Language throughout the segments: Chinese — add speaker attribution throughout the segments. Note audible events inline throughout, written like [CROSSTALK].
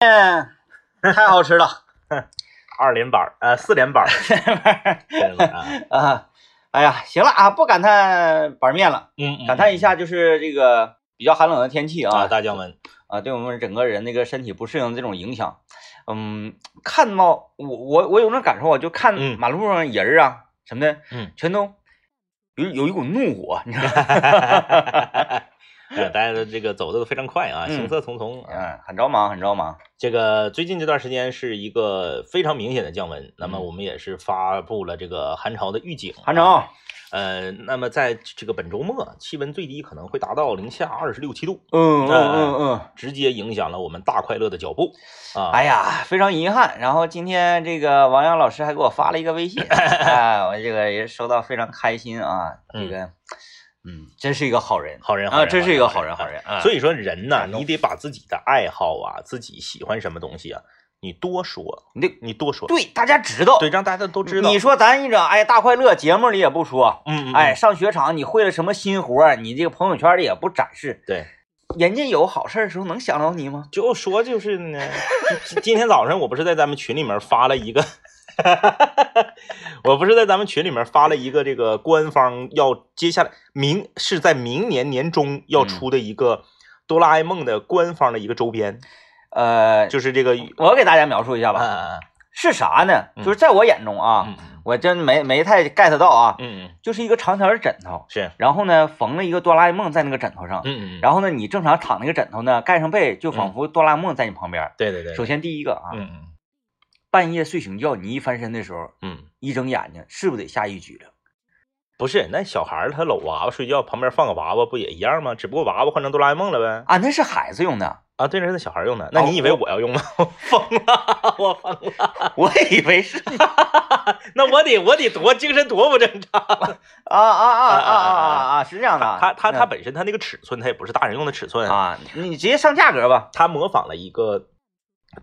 Speaker 1: 面太好吃了
Speaker 2: 二连板儿呃四连板儿，四连板儿啊，
Speaker 1: [LAUGHS] 啊！哎呀，行了啊，不感叹板儿面了，
Speaker 2: 嗯嗯
Speaker 1: 感叹一下就是这个比较寒冷的天气
Speaker 2: 啊，
Speaker 1: 啊，
Speaker 2: 大家们，
Speaker 1: 啊，对我们整个人那个身体不适应的这种影响。嗯，看到我我我有种感受啊，就看
Speaker 2: 嗯
Speaker 1: 马路上人儿啊、什么的，
Speaker 2: 嗯，
Speaker 1: 全都有有一股怒火，你知道 [LAUGHS] 吗？
Speaker 2: 呃大家的这个走的都非常快啊，行色匆匆啊。
Speaker 1: 嗯，很着忙，很着忙。
Speaker 2: 这个最近这段时间是一个非常明显的降温，那么
Speaker 1: 嗯
Speaker 2: 我们也是发布了这个寒潮的预警。啊
Speaker 1: 韩城，
Speaker 2: 呃，那么在这个本周末，气温最低可能会达到零下二十六七度，
Speaker 1: 嗯嗯嗯嗯，
Speaker 2: 直接影响了我们大快乐的脚步啊！
Speaker 1: 哎呀，非常遗憾。然后今天这个王洋老师还给我发了一个微
Speaker 2: [LAUGHS]
Speaker 1: 信，哎，我这个也收到，非常开心啊。这个，嗯，真是一个好人，
Speaker 2: 好人
Speaker 1: 啊，真是一个好人，好
Speaker 2: 好人。嗯
Speaker 1: 人啊。
Speaker 2: 所
Speaker 1: 以，
Speaker 2: 以说人呐，
Speaker 1: 感动
Speaker 2: 你得把自己的爱好啊，自己喜欢什么东西啊，你多说，
Speaker 1: 你得
Speaker 2: 你多说，
Speaker 1: 对大家知道，
Speaker 2: 对，让大家都知道。
Speaker 1: 你说咱一整哎大快乐节目里也不说，
Speaker 2: 嗯，嗯，
Speaker 1: 哎
Speaker 2: 嗯
Speaker 1: 上雪场你会了什么新活儿，你这个朋友圈里也不展示，
Speaker 2: 对，
Speaker 1: 人家有好事儿的时候能想到你吗？
Speaker 2: [LAUGHS] 就说就是呢，今今天早上我不是在咱们群里面发了一个，我不是在咱们群里面发了一个这个官方要接下来明是在明年年中要出的一个哆啦 A 梦的官方的一个周边，
Speaker 1: 呃，
Speaker 2: 就是这个
Speaker 1: 我给大家描述一下吧，
Speaker 2: 啊
Speaker 1: 是啥呢？
Speaker 2: 嗯
Speaker 1: 就是在我眼中啊，
Speaker 2: 嗯
Speaker 1: 我真没没太 get 到啊，
Speaker 2: 嗯嗯
Speaker 1: 就是一个长条的枕头，
Speaker 2: 是
Speaker 1: 然后呢缝了一个哆啦 A 梦在那个枕头上，
Speaker 2: 嗯嗯，后
Speaker 1: 然后呢你正常躺那个枕头呢盖上被，就仿佛哆啦 A 梦在你旁边。
Speaker 2: 对对对，
Speaker 1: 首先第一个啊，
Speaker 2: 嗯嗯
Speaker 1: 半夜睡醒觉，你一翻身的时候，
Speaker 2: 嗯。
Speaker 1: 一睁眼睛是不是得下一局了？
Speaker 2: 不是，那小孩儿他搂娃娃睡觉，旁边放个娃娃不也一样吗？只不过娃娃换成哆啦 A 梦了呗。
Speaker 1: 啊，那是孩子用的。
Speaker 2: [LAUGHS] 啊，对，那是那小孩儿用的。那
Speaker 1: 哦
Speaker 2: 你以为我要用吗？ [LAUGHS] 我疯了，我疯了。
Speaker 1: 我以为是
Speaker 2: [LAUGHS] 那我得我得多精神多不正常。
Speaker 1: 啊啊啊
Speaker 2: 啊
Speaker 1: 啊
Speaker 2: 啊
Speaker 1: 啊
Speaker 2: 啊
Speaker 1: 啊啊！是这样的啊，
Speaker 2: 他他他
Speaker 1: 嗯
Speaker 2: 本身他那个尺寸他也不是大人用的尺寸，
Speaker 1: 啊，你直接上价格吧。
Speaker 2: 他模仿了一个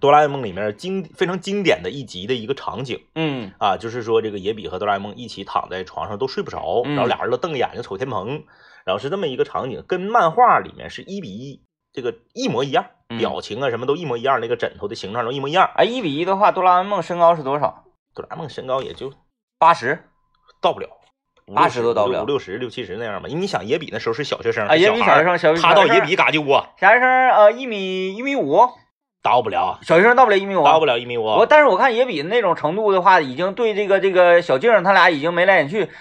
Speaker 2: 哆啦 A 梦里面经非常经典的一集的一个场景
Speaker 1: 嗯
Speaker 2: 啊，就是说这个野比和哆啦 A 梦一起躺在床上都睡不着，
Speaker 1: 嗯
Speaker 2: 然后俩人都瞪着眼睛瞅天棚，然后是这么一个场景，跟漫画里面是一比一，这个一模一样，
Speaker 1: 嗯
Speaker 2: 表情啊什么都一模一样，那个枕头的形状都一模一样。
Speaker 1: 啊，一比一的话，哆啦 A 梦身高是多少？
Speaker 2: 哆啦 A 梦身高也就
Speaker 1: 八十
Speaker 2: 到不了。五
Speaker 1: 八十都
Speaker 2: 六
Speaker 1: 到不了
Speaker 2: 五六十、六七十那样吧。因为你想，野比那时候是小学生
Speaker 1: 啊，野比
Speaker 2: 孩
Speaker 1: 小
Speaker 2: 儿
Speaker 1: 学生，小
Speaker 2: 他到野比嘎叽窝，
Speaker 1: 小学生呃一米一米五，
Speaker 2: 到不了，
Speaker 1: 小学生到不了一米五，
Speaker 2: 到不
Speaker 1: 了。
Speaker 2: 了一米五。
Speaker 1: 我但是我看野比那种程度的话，已经对这个这个小静儿他俩已经眉来眼去，
Speaker 2: 得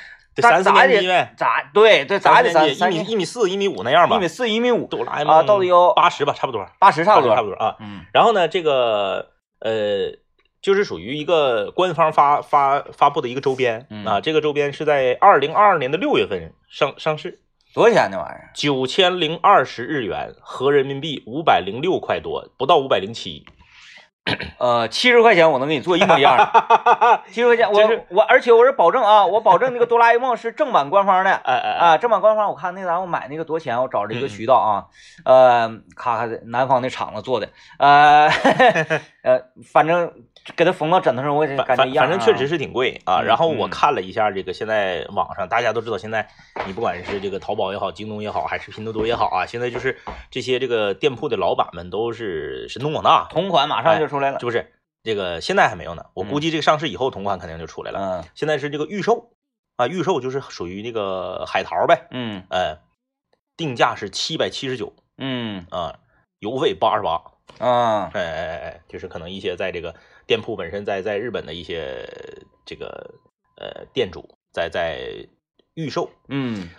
Speaker 1: 但
Speaker 2: 三四
Speaker 1: 咋
Speaker 2: 年级
Speaker 1: 也
Speaker 2: 呗，
Speaker 1: 咋对对咋也得
Speaker 2: 三
Speaker 1: 三
Speaker 2: 四年级一米一米四、一米五那样吧。
Speaker 1: 一米四一米五，
Speaker 2: 哆啦 A
Speaker 1: 啊
Speaker 2: 梦
Speaker 1: 到底有
Speaker 2: 八十吧，差不多，
Speaker 1: 八十差不
Speaker 2: 80差
Speaker 1: 多。
Speaker 2: 不多啊。
Speaker 1: 嗯
Speaker 2: 然后呢，这个呃，就是属于一个官方发发发布的一个周边
Speaker 1: 嗯
Speaker 2: 啊。这个周边是在二零二二年的六月份上上市，
Speaker 1: 多少钱那玩意儿？
Speaker 2: 九千零二十日元，合人民币五百零六块多，不到五百零七。
Speaker 1: 呃，七十块钱我能给你做一模一样的。
Speaker 2: [LAUGHS]
Speaker 1: 七十块钱，
Speaker 2: 就是
Speaker 1: 我我，而且我是保证啊，我保证那个哆啦 A 梦是正版官方的
Speaker 2: 哎哎哎，
Speaker 1: 啊，正版官方。我看那咱我买那个多少钱？我找了一个
Speaker 2: 嗯嗯
Speaker 1: 渠道啊，呃，咔咔的南方的厂子做的，呃 [LAUGHS] 呃，反正给它缝到枕头上，我也
Speaker 2: 反
Speaker 1: 感觉
Speaker 2: 反
Speaker 1: 一样、
Speaker 2: 反正确实
Speaker 1: 是，
Speaker 2: 是挺贵啊。
Speaker 1: 嗯
Speaker 2: 然后我
Speaker 1: 嗯
Speaker 2: 看了一下这个，现在网上大家都知道，现在你不管是这个淘宝也好，京东也好，还是拼多多也好啊，现在就是这些这个店铺的老板们都是神通广大，
Speaker 1: 同款马上就出来了
Speaker 2: 是。不是？这个现在还没有呢，我估计这个上市以后同款肯定就出来了。
Speaker 1: 嗯
Speaker 2: 现在是这个预售啊，预售就是属于那个海淘呗，
Speaker 1: 嗯
Speaker 2: 呃，定价是七百七十九
Speaker 1: 嗯
Speaker 2: 啊，邮费八十八。
Speaker 1: 啊
Speaker 2: 哎哎哎，哎，就是可能一些在这个店铺本身在在日本的一些呃这个呃店主在在预售。
Speaker 1: 嗯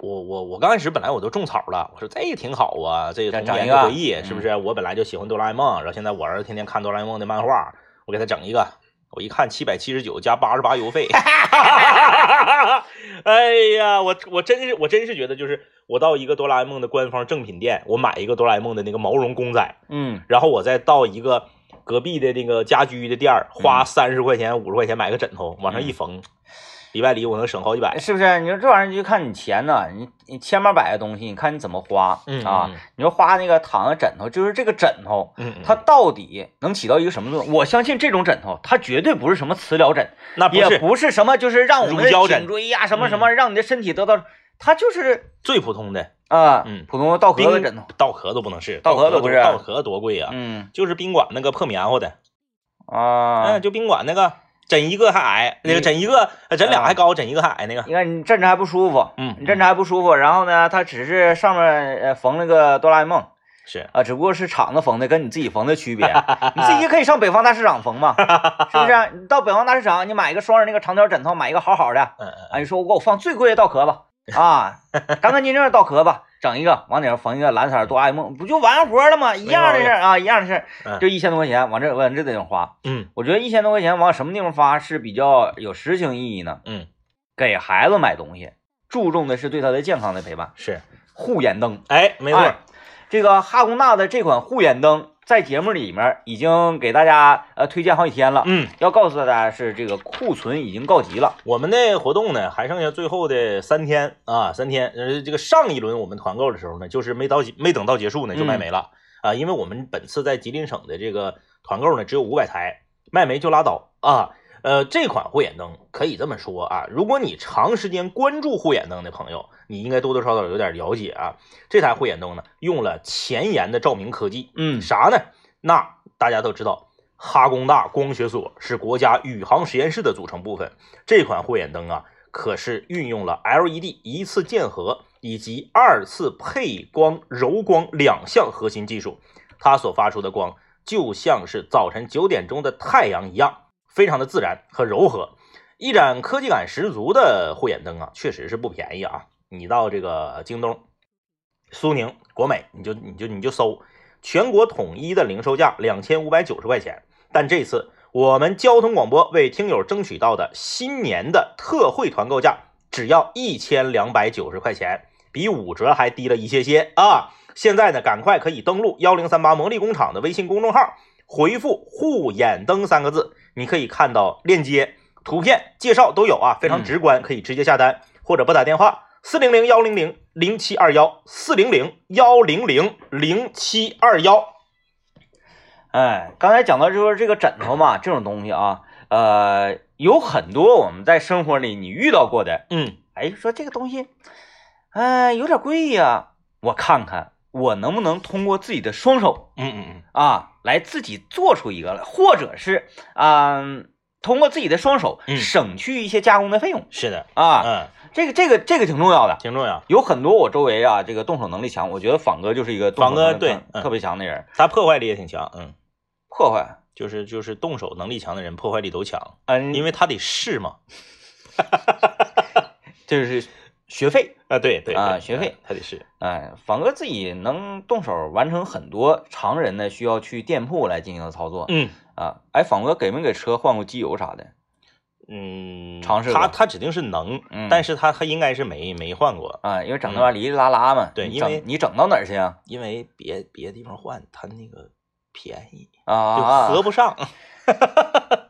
Speaker 2: 我我我刚开始本来我都种草了，我说这也挺好啊，这
Speaker 1: 再
Speaker 2: 童
Speaker 1: 整
Speaker 2: 年
Speaker 1: 一个嗯
Speaker 2: 的回忆是不是？我本来就喜欢哆啦 A 梦，然后现在我儿子天天看哆啦 A 梦的漫画，我给他整一个。我一看七百七十九加八十八
Speaker 1: [LAUGHS]
Speaker 2: 邮费，哎呀，我我真是我真是觉得就是我到一个哆啦 A 梦的官方正品店，我买一个哆啦 A 梦的那个毛绒公仔，
Speaker 1: 嗯
Speaker 2: 然后我再到一个隔壁的那个家居的店
Speaker 1: 嗯
Speaker 2: 儿，花三十块钱、五十块钱买个枕头，往上一缝，里外里我能省好几百。
Speaker 1: 是不是？你说这玩意儿就看你钱呐，你你千八百的东西，你看你怎么花、
Speaker 2: 嗯
Speaker 1: 啊？你说花那个躺的枕头，就是这个枕头，
Speaker 2: 嗯，
Speaker 1: 它到底能起到一个什么作用？我相信这种枕头，它绝对不是什么磁疗枕，
Speaker 2: 那啊不
Speaker 1: 也
Speaker 2: 是
Speaker 1: 不是什么就是让我们
Speaker 2: 乳胶
Speaker 1: 的
Speaker 2: 枕嗯
Speaker 1: 颈椎呀、什么什么让你的身体得到，它就是
Speaker 2: 最普通的
Speaker 1: 啊，
Speaker 2: 嗯
Speaker 1: 普通的稻壳子
Speaker 2: 冰
Speaker 1: 枕头，
Speaker 2: 稻壳都不能是，
Speaker 1: 稻壳
Speaker 2: 壳
Speaker 1: 都不是
Speaker 2: 稻壳多贵啊！
Speaker 1: 嗯
Speaker 2: 就是宾馆那个破棉花的，
Speaker 1: 啊嗯
Speaker 2: 嗯，，就宾馆那个枕一个还矮，那个
Speaker 1: 你
Speaker 2: 枕一个呃枕俩还高，枕一个还矮那个，
Speaker 1: 你看你站着还不舒服，
Speaker 2: 嗯
Speaker 1: 啊你站着还不舒服，然后呢，它只是上面呃缝了个哆啦 A 梦。
Speaker 2: 是
Speaker 1: 啊，只不过是厂子缝的跟你自己缝的区别，你自己可以上北方大市场缝嘛，是不是啊？你到北方大市场，你买一个双人那个长条枕头，买一个好好的，
Speaker 2: 嗯嗯
Speaker 1: 啊，你说我给我放最贵的稻壳子啊，干干净净的稻壳子，整一个往顶上缝一个蓝色儿哆啦 A 梦，不就完活了吗？一样的事儿啊，一样的事儿，
Speaker 2: 嗯
Speaker 1: 就一千多块钱往这往这地方花，
Speaker 2: 嗯
Speaker 1: 我觉得一千多块钱往什么地方花是比较有实情意义呢？
Speaker 2: 嗯，
Speaker 1: 给孩子买东西，注重的是对他的健康的陪伴，
Speaker 2: 是，
Speaker 1: 护眼灯。
Speaker 2: 哎，没错
Speaker 1: 哎
Speaker 2: 儿，
Speaker 1: 这个哈工大的这款护眼灯在节目里面已经给大家呃推荐好几天了，
Speaker 2: 嗯，
Speaker 1: 要告诉大家是这个库存已经告急了，
Speaker 2: 我们的活动呢还剩下最后的三天啊，三天。呃，这个上一轮我们团购的时候呢，就是没到结没等到结束呢就卖没了、啊，因为我们本次在吉林省的这个团购呢只有五百台，卖没就拉倒啊。呃，这款护眼灯可以这么说啊，如果你长时间关注护眼灯的朋友，你应该多多少少有点了解啊。这台护眼灯呢用了前沿的照明科技，
Speaker 1: 嗯
Speaker 2: 啥呢？那大家都知道，哈工大光学所是国家宇航实验室的组成部分。这款护眼灯啊，可是运用了 LED 一次键合以及二次配光柔光两项核心技术，它所发出的光就像是早晨九点钟的太阳一样，非常的自然和柔和。一盏科技感十足的护眼灯啊，确实是不便宜啊！你到这个京东、苏宁、国美，你就你就你就搜，全国统一的零售价两千五百九十块钱。但这次我们交通广播为听友争取到的新年的特惠团购价，只要一千两百九十块钱，比五折还低了一些些啊！现在呢，赶快可以登录幺零三八魔力工厂的微信公众号，回复“护眼灯”三个字，你可以看到链接、图片介绍都有啊，非常直观，可以直接下单，或者拨打电话四零零幺零零零七二幺四零零幺零零零七二幺。
Speaker 1: 哎，刚才讲到就是这个枕头嘛，这种东西啊，呃，有很多我们在生活里你遇到过的，
Speaker 2: 嗯
Speaker 1: 哎，说这个东西，哎，有点贵呀、我看看我能不能通过自己的双手
Speaker 2: 嗯嗯嗯，
Speaker 1: 啊，来自己做出一个来，或者是啊、通过自己的双手
Speaker 2: 嗯
Speaker 1: 省去一些加工的费用、
Speaker 2: 是的，
Speaker 1: 啊，
Speaker 2: 嗯，
Speaker 1: 这个这个这个挺重要的。
Speaker 2: 挺重要。
Speaker 1: 有很多我周围啊，这个动手能力强，我觉得仿哥就是一个动手
Speaker 2: 仿哥
Speaker 1: 能力
Speaker 2: 对
Speaker 1: 特
Speaker 2: 嗯
Speaker 1: 特别强的人，
Speaker 2: 他破坏力也挺强，嗯，
Speaker 1: 破坏，
Speaker 2: 就是就是动手能力强的人破坏力都强，
Speaker 1: 嗯，
Speaker 2: 因为他得试嘛。
Speaker 1: 这是学费，
Speaker 2: 啊，对对
Speaker 1: 啊
Speaker 2: 对
Speaker 1: 学费
Speaker 2: 嗯他得试。
Speaker 1: 哎，仿哥自己能动手完成很多常人呢需要去店铺来进行的操作，
Speaker 2: 嗯
Speaker 1: 啊，哎，仿哥给没给车换过机油啥的？
Speaker 2: 嗯，
Speaker 1: 尝试过
Speaker 2: 他他指定是能，
Speaker 1: 嗯
Speaker 2: 但是他他应该是没没换过，
Speaker 1: 啊，因为整那玩意儿哩哩啦啦嘛，
Speaker 2: 嗯对
Speaker 1: 你
Speaker 2: 因
Speaker 1: 整
Speaker 2: 为
Speaker 1: 你整到哪儿去啊？
Speaker 2: 因为别别地方换他那个便宜，
Speaker 1: 啊
Speaker 2: 就
Speaker 1: 啊，
Speaker 2: 合不上。嗯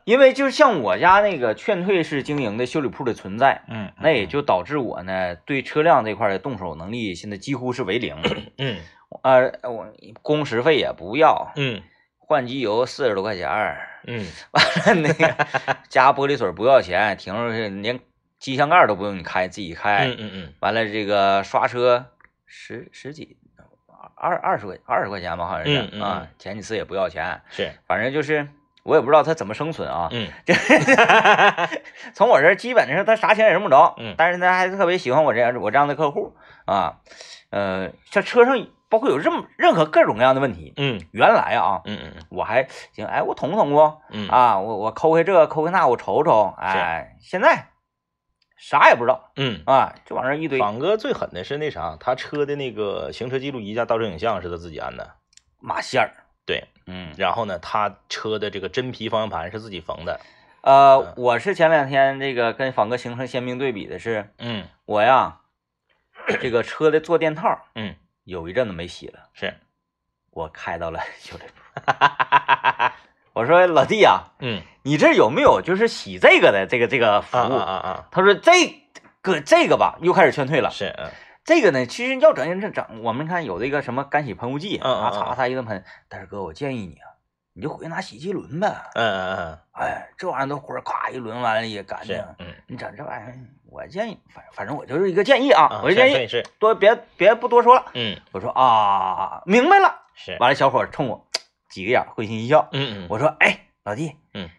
Speaker 1: 因为就是像我家那个劝退式经营的修理铺的存在，
Speaker 2: 嗯
Speaker 1: 那也就导致我呢对车辆这块的动手能力现在几乎是为
Speaker 2: [COUGHS]
Speaker 1: 零。
Speaker 2: 嗯
Speaker 1: 呃，我工时费也不要，
Speaker 2: 嗯
Speaker 1: 换机油四十多块钱儿，
Speaker 2: 嗯，
Speaker 1: 完了那
Speaker 2: [LAUGHS]
Speaker 1: 个加玻璃水不要钱，停上去连机箱盖都不用你开，自己开。
Speaker 2: 嗯嗯嗯，
Speaker 1: 完了这个刷车十十几。二二十块二十块钱吧，好像是、
Speaker 2: 嗯嗯
Speaker 1: 啊，前几次也不要钱，
Speaker 2: 是，
Speaker 1: 反正就是我也不知道他怎么生存啊。
Speaker 2: 嗯
Speaker 1: [LAUGHS] 从我这儿基本上他啥钱也挣不着，
Speaker 2: 嗯
Speaker 1: 但是他还是特别喜欢我这样我这样的客户啊，呃，像车上包括有任任何各种各样的问题，
Speaker 2: 嗯
Speaker 1: 原来啊，
Speaker 2: 嗯嗯
Speaker 1: 我还行，哎，我捅不捅过
Speaker 2: 嗯
Speaker 1: 啊？我我抠开这个抠开那，我瞅瞅，哎，现在啥也不知道
Speaker 2: 嗯。
Speaker 1: 啊，就往这一堆，
Speaker 2: 仿哥最狠的是那啥，他车的那个行车记录仪加倒车影像是他自己安的，
Speaker 1: 马线儿，
Speaker 2: 对。
Speaker 1: 嗯，
Speaker 2: 然后呢，他车的这个真皮方向盘是自己缝的，嗯
Speaker 1: 呃，我是前两天这个跟房哥形成鲜明对比的是，
Speaker 2: 嗯
Speaker 1: 我呀，这个车的坐垫套
Speaker 2: 嗯，
Speaker 1: 有一阵子没洗了。
Speaker 2: 是，
Speaker 1: 我开到了 [LAUGHS] 修理部。我说老弟呀、
Speaker 2: 嗯
Speaker 1: 你这有没有就是洗这个的这个这个服
Speaker 2: 啊
Speaker 1: 务？
Speaker 2: 啊啊
Speaker 1: 他说这个这个吧，又开始劝退
Speaker 2: 啊，
Speaker 1: 了。
Speaker 2: 是，嗯
Speaker 1: 这个呢，其实要整整整，我们看有这个什么干洗喷雾剂，
Speaker 2: 嗯嗯
Speaker 1: 啊
Speaker 2: 嗯
Speaker 1: 擦擦一顿喷。但是哥，我建议你啊，你就回去拿洗涤轮呗。
Speaker 2: 嗯嗯
Speaker 1: 哎，这玩意儿都活儿，咵一轮完了也干
Speaker 2: 嗯，是
Speaker 1: 净。，
Speaker 2: 嗯
Speaker 1: 你整这玩意儿，我我建议，反反正我就是一个建议啊，我就建议
Speaker 2: 嗯是是，
Speaker 1: 多别别不多说了。
Speaker 2: 嗯，
Speaker 1: 我说啊，明白了。
Speaker 2: 是，
Speaker 1: 完了，小伙儿冲我几个眼儿会心一笑。
Speaker 2: 嗯嗯，
Speaker 1: 我说，哎，老弟，
Speaker 2: 嗯，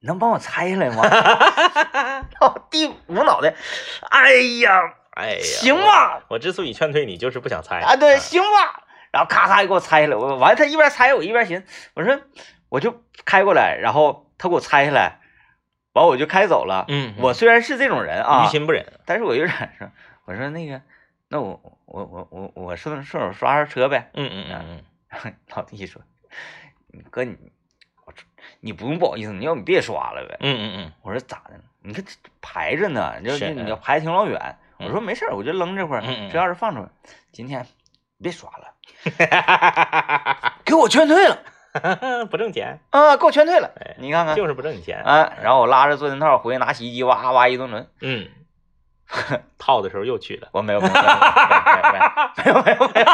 Speaker 1: 能帮我猜下来
Speaker 2: [LAUGHS]
Speaker 1: 吗？ [LAUGHS] 老弟捂脑袋，哎呀，
Speaker 2: 哎呀，哎嗯
Speaker 1: 行
Speaker 2: 我？
Speaker 1: 吧，
Speaker 2: 我之所以劝退你，就是不想猜
Speaker 1: 啊，对，行吧。然后咔咔给我猜下来，我完了，他一边猜我一边寻，我说我就开过来，然后他给我猜下来，完我就开走了。
Speaker 2: 嗯，
Speaker 1: 我虽然是这种人啊
Speaker 2: 于，心不忍。
Speaker 1: 但是我有点说，我说那个，那我我我我我顺顺手刷刷车呗。 [LAUGHS]
Speaker 2: 嗯嗯嗯
Speaker 1: 老弟说：“哥，你我说你不用不好意思，你要你别刷了呗。
Speaker 2: 嗯嗯嗯”
Speaker 1: 我说：“咋的？你看这排着呢，你
Speaker 2: 是嗯
Speaker 1: 这你要排挺老远。”我说：“没事儿，我就扔这块儿，
Speaker 2: 嗯嗯
Speaker 1: 车钥匙放出来。今天别刷
Speaker 2: [LAUGHS]
Speaker 1: 了，
Speaker 2: 嗯
Speaker 1: 给我劝退了
Speaker 2: 嗯，不挣钱，
Speaker 1: 啊，给我劝退了
Speaker 2: 哎。
Speaker 1: 你看看
Speaker 2: 就是不挣钱。
Speaker 1: 啊，然后我拉着坐垫套回去拿洗衣机哇哇一顿抡，
Speaker 2: [LAUGHS] 嗯，套的时候又去了。
Speaker 1: 我没有没有没有没有没有没有没有没有，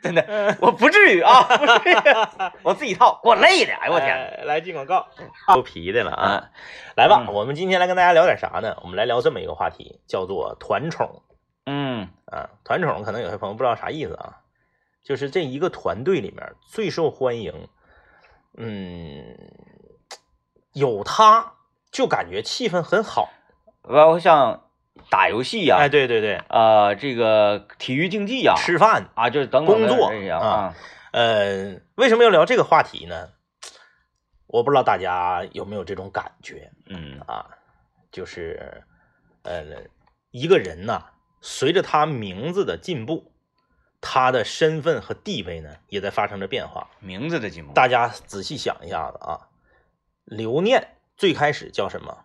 Speaker 1: 真的我不至于啊，不至于，我自己套，给我累的，哎呦我天，
Speaker 2: 哎来进广告，收皮的了啊！
Speaker 1: 啊，
Speaker 2: 来吧，
Speaker 1: 嗯
Speaker 2: 我们今天来跟大家聊点啥呢？我们来聊这么一个话题，叫做团宠
Speaker 1: 嗯
Speaker 2: 啊。团宠可能有些朋友不知道啥意思啊，就是这一个团队里面最受欢迎，嗯，有他就感觉气氛很好。
Speaker 1: 包括像打游戏呀、
Speaker 2: 哎，对对对，
Speaker 1: 呃，这个体育竞技呀、
Speaker 2: 吃饭
Speaker 1: 啊，就是等等
Speaker 2: 工作
Speaker 1: 这些啊
Speaker 2: 啊，呃，为什么要聊这个话题呢？我不知道大家有没有这种感觉
Speaker 1: 嗯
Speaker 2: 啊，就是呃，一个人呐、随着他名字的进步，他的身份和地位呢也在发生着变化。
Speaker 1: 名字的进步，
Speaker 2: 大家仔细想一下子啊，刘念最开始叫什么？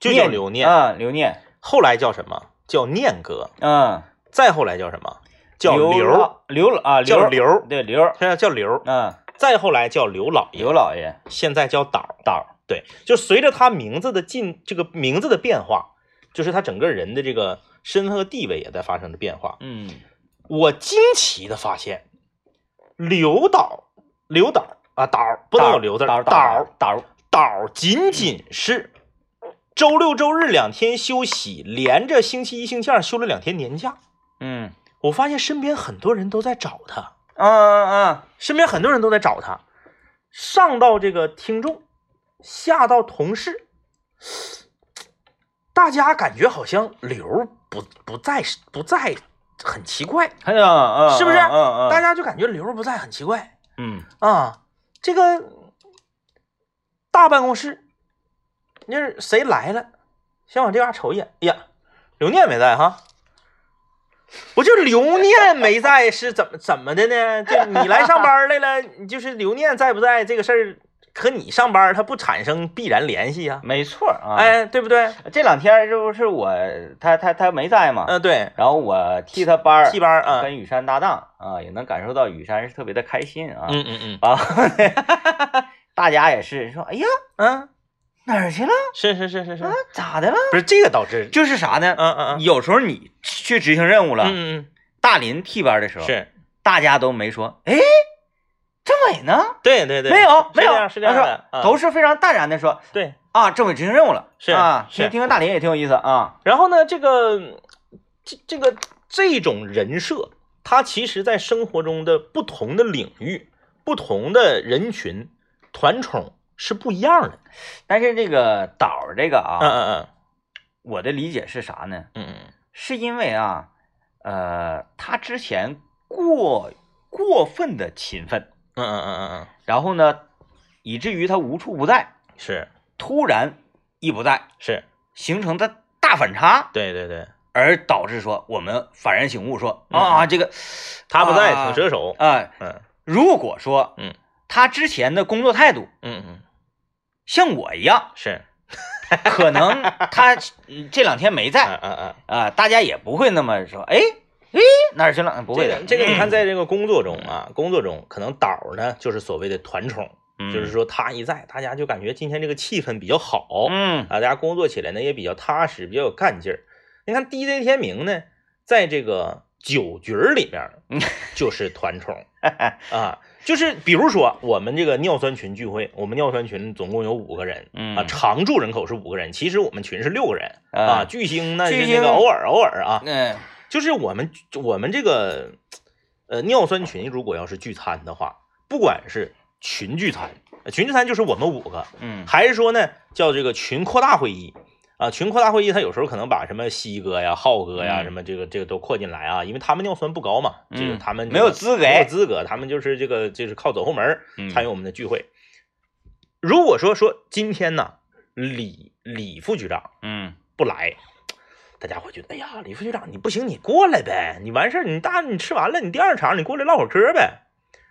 Speaker 2: 就叫刘念，
Speaker 1: 啊，刘念，
Speaker 2: 后来叫什么？叫念哥，
Speaker 1: 嗯，
Speaker 2: 再后来叫什么？叫
Speaker 1: 刘
Speaker 2: 刘儿，
Speaker 1: 老刘老啊，
Speaker 2: 叫
Speaker 1: 刘
Speaker 2: 刘儿，
Speaker 1: 对刘儿，
Speaker 2: 现在叫刘儿，
Speaker 1: 嗯，
Speaker 2: 再后来叫刘老爷。
Speaker 1: 刘老爷，
Speaker 2: 现在叫岛
Speaker 1: 岛，
Speaker 2: 对，就随着他名字的进，这个名字的变化，就是他整个人的这个身份和地位也在发生着变化。
Speaker 1: 嗯
Speaker 2: 我惊奇的发现，刘导，刘导啊，导不能有刘字，
Speaker 1: 岛
Speaker 2: 导
Speaker 1: 岛岛，
Speaker 2: 导仅仅是周六周日两天休息，连着星期一、星期二休了两天年假。
Speaker 1: 嗯
Speaker 2: 我发现身边很多人都在找他，
Speaker 1: 嗯嗯
Speaker 2: 身边很多人都在找他，上到这个听众，下到同事，大家感觉好像刘儿不不在不在，很奇怪，
Speaker 1: 嗯，嗯嗯，
Speaker 2: 是不是
Speaker 1: 嗯嗯，
Speaker 2: 大
Speaker 1: 家，
Speaker 2: 家就感觉刘儿不在很奇怪
Speaker 1: 嗯
Speaker 2: 啊。这个大办公室，那是谁来了？先往这嘎瞅一眼，哎呀，刘念没在哈。我就刘念没在是怎么怎么的呢？就你来上班来了，你就是刘念在不在这个事儿和你上班它不产生必然联系呀、
Speaker 1: 没错儿啊，，
Speaker 2: 哎，对不对？嗯、
Speaker 1: 这两天这不是我他他他没在嘛，
Speaker 2: 对，
Speaker 1: 然后我嗯替他班儿嗯
Speaker 2: 替班儿啊，
Speaker 1: 跟雨山搭档啊，也能感受到雨山是特别的开心啊，
Speaker 2: 嗯嗯嗯
Speaker 1: 然后呢，大家也是说，哎呀，
Speaker 2: 嗯，
Speaker 1: 哪儿去了？
Speaker 2: 是是是是是
Speaker 1: 啊，，咋的了？
Speaker 2: 不是这个导致，
Speaker 1: 就是啥呢？
Speaker 2: 嗯嗯嗯
Speaker 1: 有时候你去执行任务了，
Speaker 2: 嗯
Speaker 1: 大林替班的时
Speaker 2: 嗯，
Speaker 1: 候，
Speaker 2: 是
Speaker 1: 大家都没说，哎，政委呢？
Speaker 2: 对对对，
Speaker 1: 没有，
Speaker 2: 是
Speaker 1: 没
Speaker 2: 这
Speaker 1: 有，
Speaker 2: 样是这样
Speaker 1: 他说
Speaker 2: 的，啊
Speaker 1: 都是非常淡然的说，
Speaker 2: 对。
Speaker 1: 啊，政委执行任务了，
Speaker 2: 是
Speaker 1: 啊，
Speaker 2: 是
Speaker 1: 听听听大林也挺有意思啊，
Speaker 2: 然后呢，这个这这个这种人设，它其实在生活中的不同的领域、不同的人群、团宠是不一样的。
Speaker 1: 但是这个岛儿这个
Speaker 2: 嗯
Speaker 1: 啊，
Speaker 2: 嗯
Speaker 1: 我的理解是啥呢？
Speaker 2: 嗯嗯
Speaker 1: 是因为啊，呃，他之前过过分的勤奋，
Speaker 2: 嗯嗯嗯嗯嗯，
Speaker 1: 然后呢，以至于他无处不在，
Speaker 2: 是
Speaker 1: 突然一不在，
Speaker 2: 是，
Speaker 1: 形成的大反差，
Speaker 2: 对对对，
Speaker 1: 而导致说我们幡然醒悟说，
Speaker 2: 嗯
Speaker 1: 啊，这个
Speaker 2: 他不在
Speaker 1: 啊
Speaker 2: 挺折手。
Speaker 1: 啊、
Speaker 2: 嗯
Speaker 1: 如果说
Speaker 2: 嗯
Speaker 1: 他之前的工作态度
Speaker 2: 嗯嗯，，
Speaker 1: 像我一样
Speaker 2: 是，
Speaker 1: 可
Speaker 2: [LAUGHS]
Speaker 1: 能他嗯这两天没在
Speaker 2: 嗯嗯嗯，
Speaker 1: 啊、大家也不会那么说，哎哎哪儿去了？不
Speaker 2: 这
Speaker 1: 会的嗯
Speaker 2: 个，这个你看，在这个工作中啊，工作中可能导儿呢就是所谓的团宠，
Speaker 1: 嗯
Speaker 2: 就是说他一在，大家就感觉今天这个气氛比较好。
Speaker 1: 嗯
Speaker 2: 啊，大家工作起来呢也比较踏实，比较有干劲儿。你看 DJ 天明呢，
Speaker 1: 嗯 [LAUGHS]
Speaker 2: 在这个酒局儿里面儿就是团宠啊，就是比如说我们这个尿酸群聚会，我们尿酸群总共有五个人，
Speaker 1: 嗯
Speaker 2: 啊，常住人口是五个人，其实我们群是六个人
Speaker 1: 啊
Speaker 2: 啊。巨星那
Speaker 1: 巨
Speaker 2: 是
Speaker 1: 星
Speaker 2: 那个偶尔偶尔啊，
Speaker 1: 嗯
Speaker 2: 就是我们我们这个呃尿酸群如果要是聚餐的话，不管是群聚餐，呃群聚餐就是我们五个，
Speaker 1: 嗯
Speaker 2: 还是说呢叫这个群扩大会议啊？群扩大会议，他有时候可能把什么西哥呀、浩哥呀
Speaker 1: 嗯
Speaker 2: 什么这个这个都扩进来啊，因为他们尿酸不高嘛，这个
Speaker 1: 嗯
Speaker 2: 他们
Speaker 1: 没有资格
Speaker 2: 没有资格，他们就是这个就是靠走后门儿
Speaker 1: 嗯
Speaker 2: 参与我们的聚会。如果说说今天呢，李李副局长
Speaker 1: 嗯
Speaker 2: 不来。大家会觉得，哎呀，李副局长你不行，你过来呗，你完事儿，你大你吃完了，你第二场你过来唠会儿嗑呗，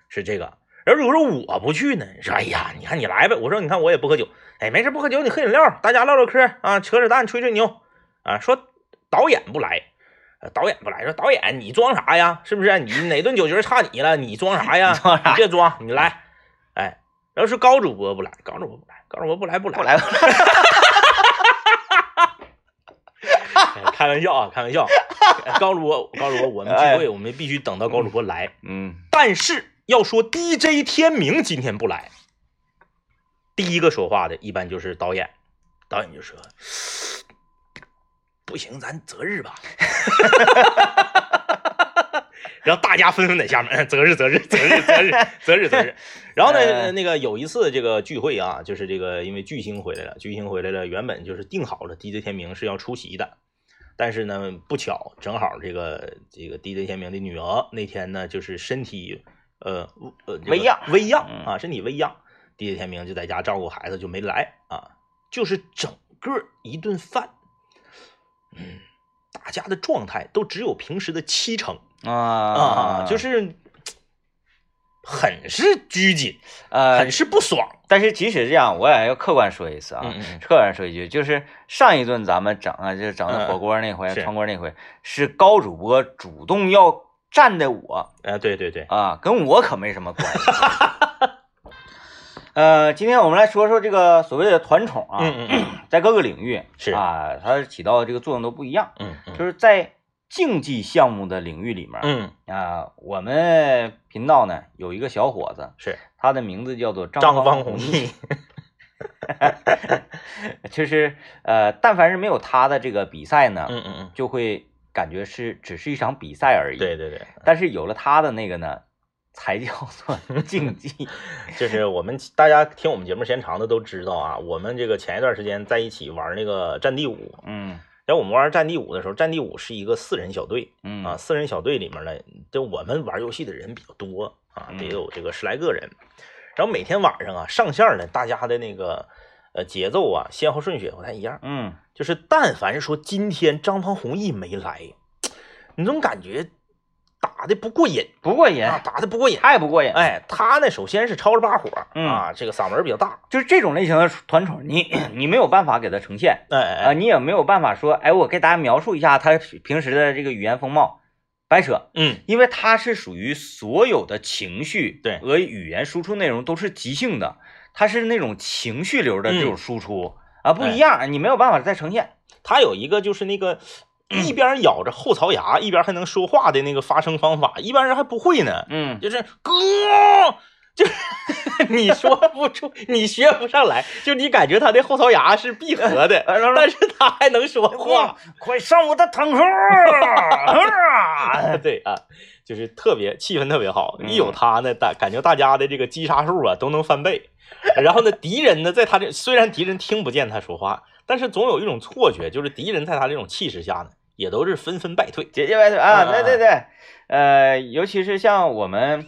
Speaker 2: 是这个。然后如果说我不去呢，说哎呀，你看你来呗，我说你看我也不喝酒，哎，没事不喝酒，你喝饮料，大家唠唠嗑啊，扯扯淡，吹吹牛啊。说导演不来，呃导演不来，说导演你装啥呀？是不
Speaker 1: [LAUGHS]
Speaker 2: 是？你哪顿酒局差你了？你装啥呀？
Speaker 1: 你装啥
Speaker 2: 你别装，你来，哎。然后说高主播不来，高主播不来，高主播不来不来
Speaker 1: 不来吧，
Speaker 2: 哎开玩笑啊，开玩笑。啊高主播，高主播，我们聚会，我们必须等到高主播来。
Speaker 1: 嗯
Speaker 2: 但是要说 DJ 天明今天不来，第一个说话的一般就是导演，导演就说：“ [SNIFFS] 不行，咱择日吧。” [LAUGHS] 然后大家纷纷在下面嗯择日择日择日择日择日择日。然后呢，
Speaker 1: 哎
Speaker 2: 那个有一次这个聚会啊，就是这个因为巨星回来了，巨星回来了，原本就是定好了 DJ 天明是要出席的，但是呢不巧，正好这个这个 DJ 天明的女儿那天呢就是身体呃呃这个
Speaker 1: 微恙
Speaker 2: 微恙
Speaker 1: 嗯
Speaker 2: 啊，身体微恿，DJ 天明就在家照顾孩子就没来啊，就是整个一顿饭，嗯，大家的状态都只有平时的七成。
Speaker 1: 啊
Speaker 2: 啊，就是很是拘谨，
Speaker 1: 呃
Speaker 2: 很，是不爽。
Speaker 1: 但是即使这样，我也要客观说一次啊。
Speaker 2: 嗯
Speaker 1: 客观说一句，就是上一顿咱们整啊，就是整
Speaker 2: 嗯
Speaker 1: 那火锅那回、
Speaker 2: 是
Speaker 1: 川锅那回，是高主播主动要站的我，
Speaker 2: 哎，对对对，
Speaker 1: 啊，跟我可没什么关
Speaker 2: [LAUGHS]
Speaker 1: 系。呃，今天我们来说说这个所谓的团宠啊，
Speaker 2: 嗯嗯嗯
Speaker 1: 在各个领域
Speaker 2: 是
Speaker 1: 啊，它起到的这个作用都不一样。
Speaker 2: 嗯嗯
Speaker 1: 就是在竞技项目的领域里面、
Speaker 2: 嗯，
Speaker 1: 啊，我们频道呢有一个小伙子，
Speaker 2: 是
Speaker 1: 他的名字叫做张
Speaker 2: 张
Speaker 1: 方
Speaker 2: 方弘毅，
Speaker 1: [LAUGHS] 就是呃，但凡是没有他的这个比赛呢，
Speaker 2: 嗯嗯嗯，
Speaker 1: 就会感觉是只是一场比赛而已。
Speaker 2: 对对对，
Speaker 1: 但是有了他的那个呢，才叫
Speaker 2: [LAUGHS]
Speaker 1: 做竞技。
Speaker 2: 就是我们大家听我们节目时间长的都知道啊，我们这个前一段时间在一起玩那个战地五，
Speaker 1: 嗯
Speaker 2: 然后我们玩战地五的时候，战地五是一个四人小队
Speaker 1: 嗯
Speaker 2: 啊，四人小队里面呢，就我们玩游戏的人比较多啊，
Speaker 1: 嗯
Speaker 2: 得有这个十来个人，然后每天晚上啊上线呢，大家的那个呃节奏啊先后顺序也不太一样。
Speaker 1: 嗯
Speaker 2: 就是但凡说今天张方弘毅没来，你总感觉打的不过瘾，
Speaker 1: 不过瘾，
Speaker 2: 啊，打的不过瘾。
Speaker 1: 太不过瘾。，
Speaker 2: [LAUGHS] 哎，他呢，首先是吵着把火
Speaker 1: 嗯
Speaker 2: 啊，这个嗓门比较大，
Speaker 1: 就是这种类型的团宠，你你没有办法给他呈现
Speaker 2: 哎
Speaker 1: 啊、
Speaker 2: 哎哎，
Speaker 1: 你也没有办法说，哎，我给大家描述一下他平时的这个语言风貌，白扯，
Speaker 2: 嗯，
Speaker 1: 因为他是属于所有的情绪
Speaker 2: 对
Speaker 1: 和语言输出内容都是即兴的，他是那种情绪流的这
Speaker 2: 嗯
Speaker 1: 种输出、啊，
Speaker 2: 哎
Speaker 1: 不一样，你没有办法再呈现。
Speaker 2: 他有一个就是那个一边咬着后槽牙，一边还能说话的那个发声方法，一般人还不会呢，
Speaker 1: 嗯，
Speaker 2: 就是哥。就是 [LAUGHS] 你说不出，你学不上来，就你感觉他的后槽牙是闭合的，
Speaker 1: [LAUGHS] 哎然后
Speaker 2: 但是他还能说话。，
Speaker 1: 快上我的坦克
Speaker 2: [LAUGHS]
Speaker 1: 儿！
Speaker 2: 对啊，就是特别气氛特别好，一有
Speaker 1: 嗯
Speaker 2: 他呢，大感觉大家的这个击杀数啊都能翻倍。然后呢，敌人呢，在他这虽然敌人听不见他说话，但是总有一种错觉，就是敌人在他这种气势下呢，也都是纷纷败退。
Speaker 1: 姐姐白腿啊，
Speaker 2: 嗯
Speaker 1: 对对对，呃，尤其是像我们，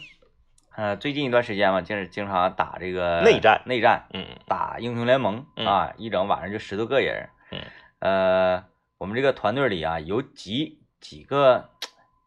Speaker 1: 呃，最近一段时间嘛，就是经常打这个
Speaker 2: 内战
Speaker 1: 内战
Speaker 2: 嗯
Speaker 1: 打英雄联盟
Speaker 2: 嗯
Speaker 1: 啊，一整晚上就十多个人。
Speaker 2: 嗯，
Speaker 1: 呃，我们这个团队里啊，有几几个